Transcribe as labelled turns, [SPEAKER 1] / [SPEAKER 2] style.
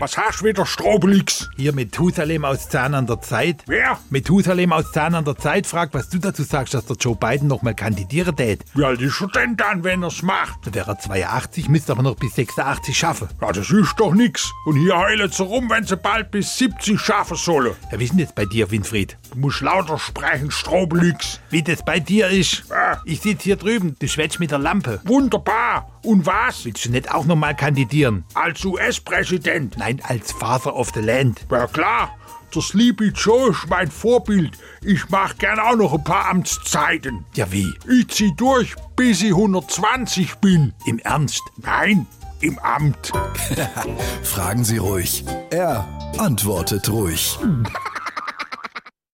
[SPEAKER 1] Was hast du wieder, Strobelix?
[SPEAKER 2] Hier Methusalem aus Zahn an der Zeit.
[SPEAKER 1] Wer?
[SPEAKER 2] Methusalem aus Zahn an der Zeit fragt, was du dazu sagst, dass der Joe Biden nochmal kandidieren tät.
[SPEAKER 1] Wie alt ist er denn dann, wenn er's macht?
[SPEAKER 2] Da wäre er 82, müsste aber noch bis 86 schaffen.
[SPEAKER 1] Ja, das ist doch nix. Und hier heulen sie rum, wenn sie bald bis 70 schaffen sollen.
[SPEAKER 2] Ja, wie ist denn das bei dir, Winfried?
[SPEAKER 1] Du musst lauter sprechen, Strobelix.
[SPEAKER 2] Wie das bei dir ist?
[SPEAKER 1] Ah.
[SPEAKER 2] Ich sitz hier drüben, du schwätzt mit der Lampe.
[SPEAKER 1] Wunderbar. Und was?
[SPEAKER 2] Willst du nicht auch nochmal kandidieren?
[SPEAKER 1] Als US-Präsident?
[SPEAKER 2] Nein, als Father of the Land.
[SPEAKER 1] Ja klar, der Sleepy Joe ist mein Vorbild. Ich mach gern auch noch ein paar Amtszeiten.
[SPEAKER 2] Ja, wie?
[SPEAKER 1] Ich zieh durch, bis ich 120 bin.
[SPEAKER 2] Im Ernst?
[SPEAKER 1] Nein, im Amt.
[SPEAKER 3] Fragen Sie ruhig. Er antwortet ruhig.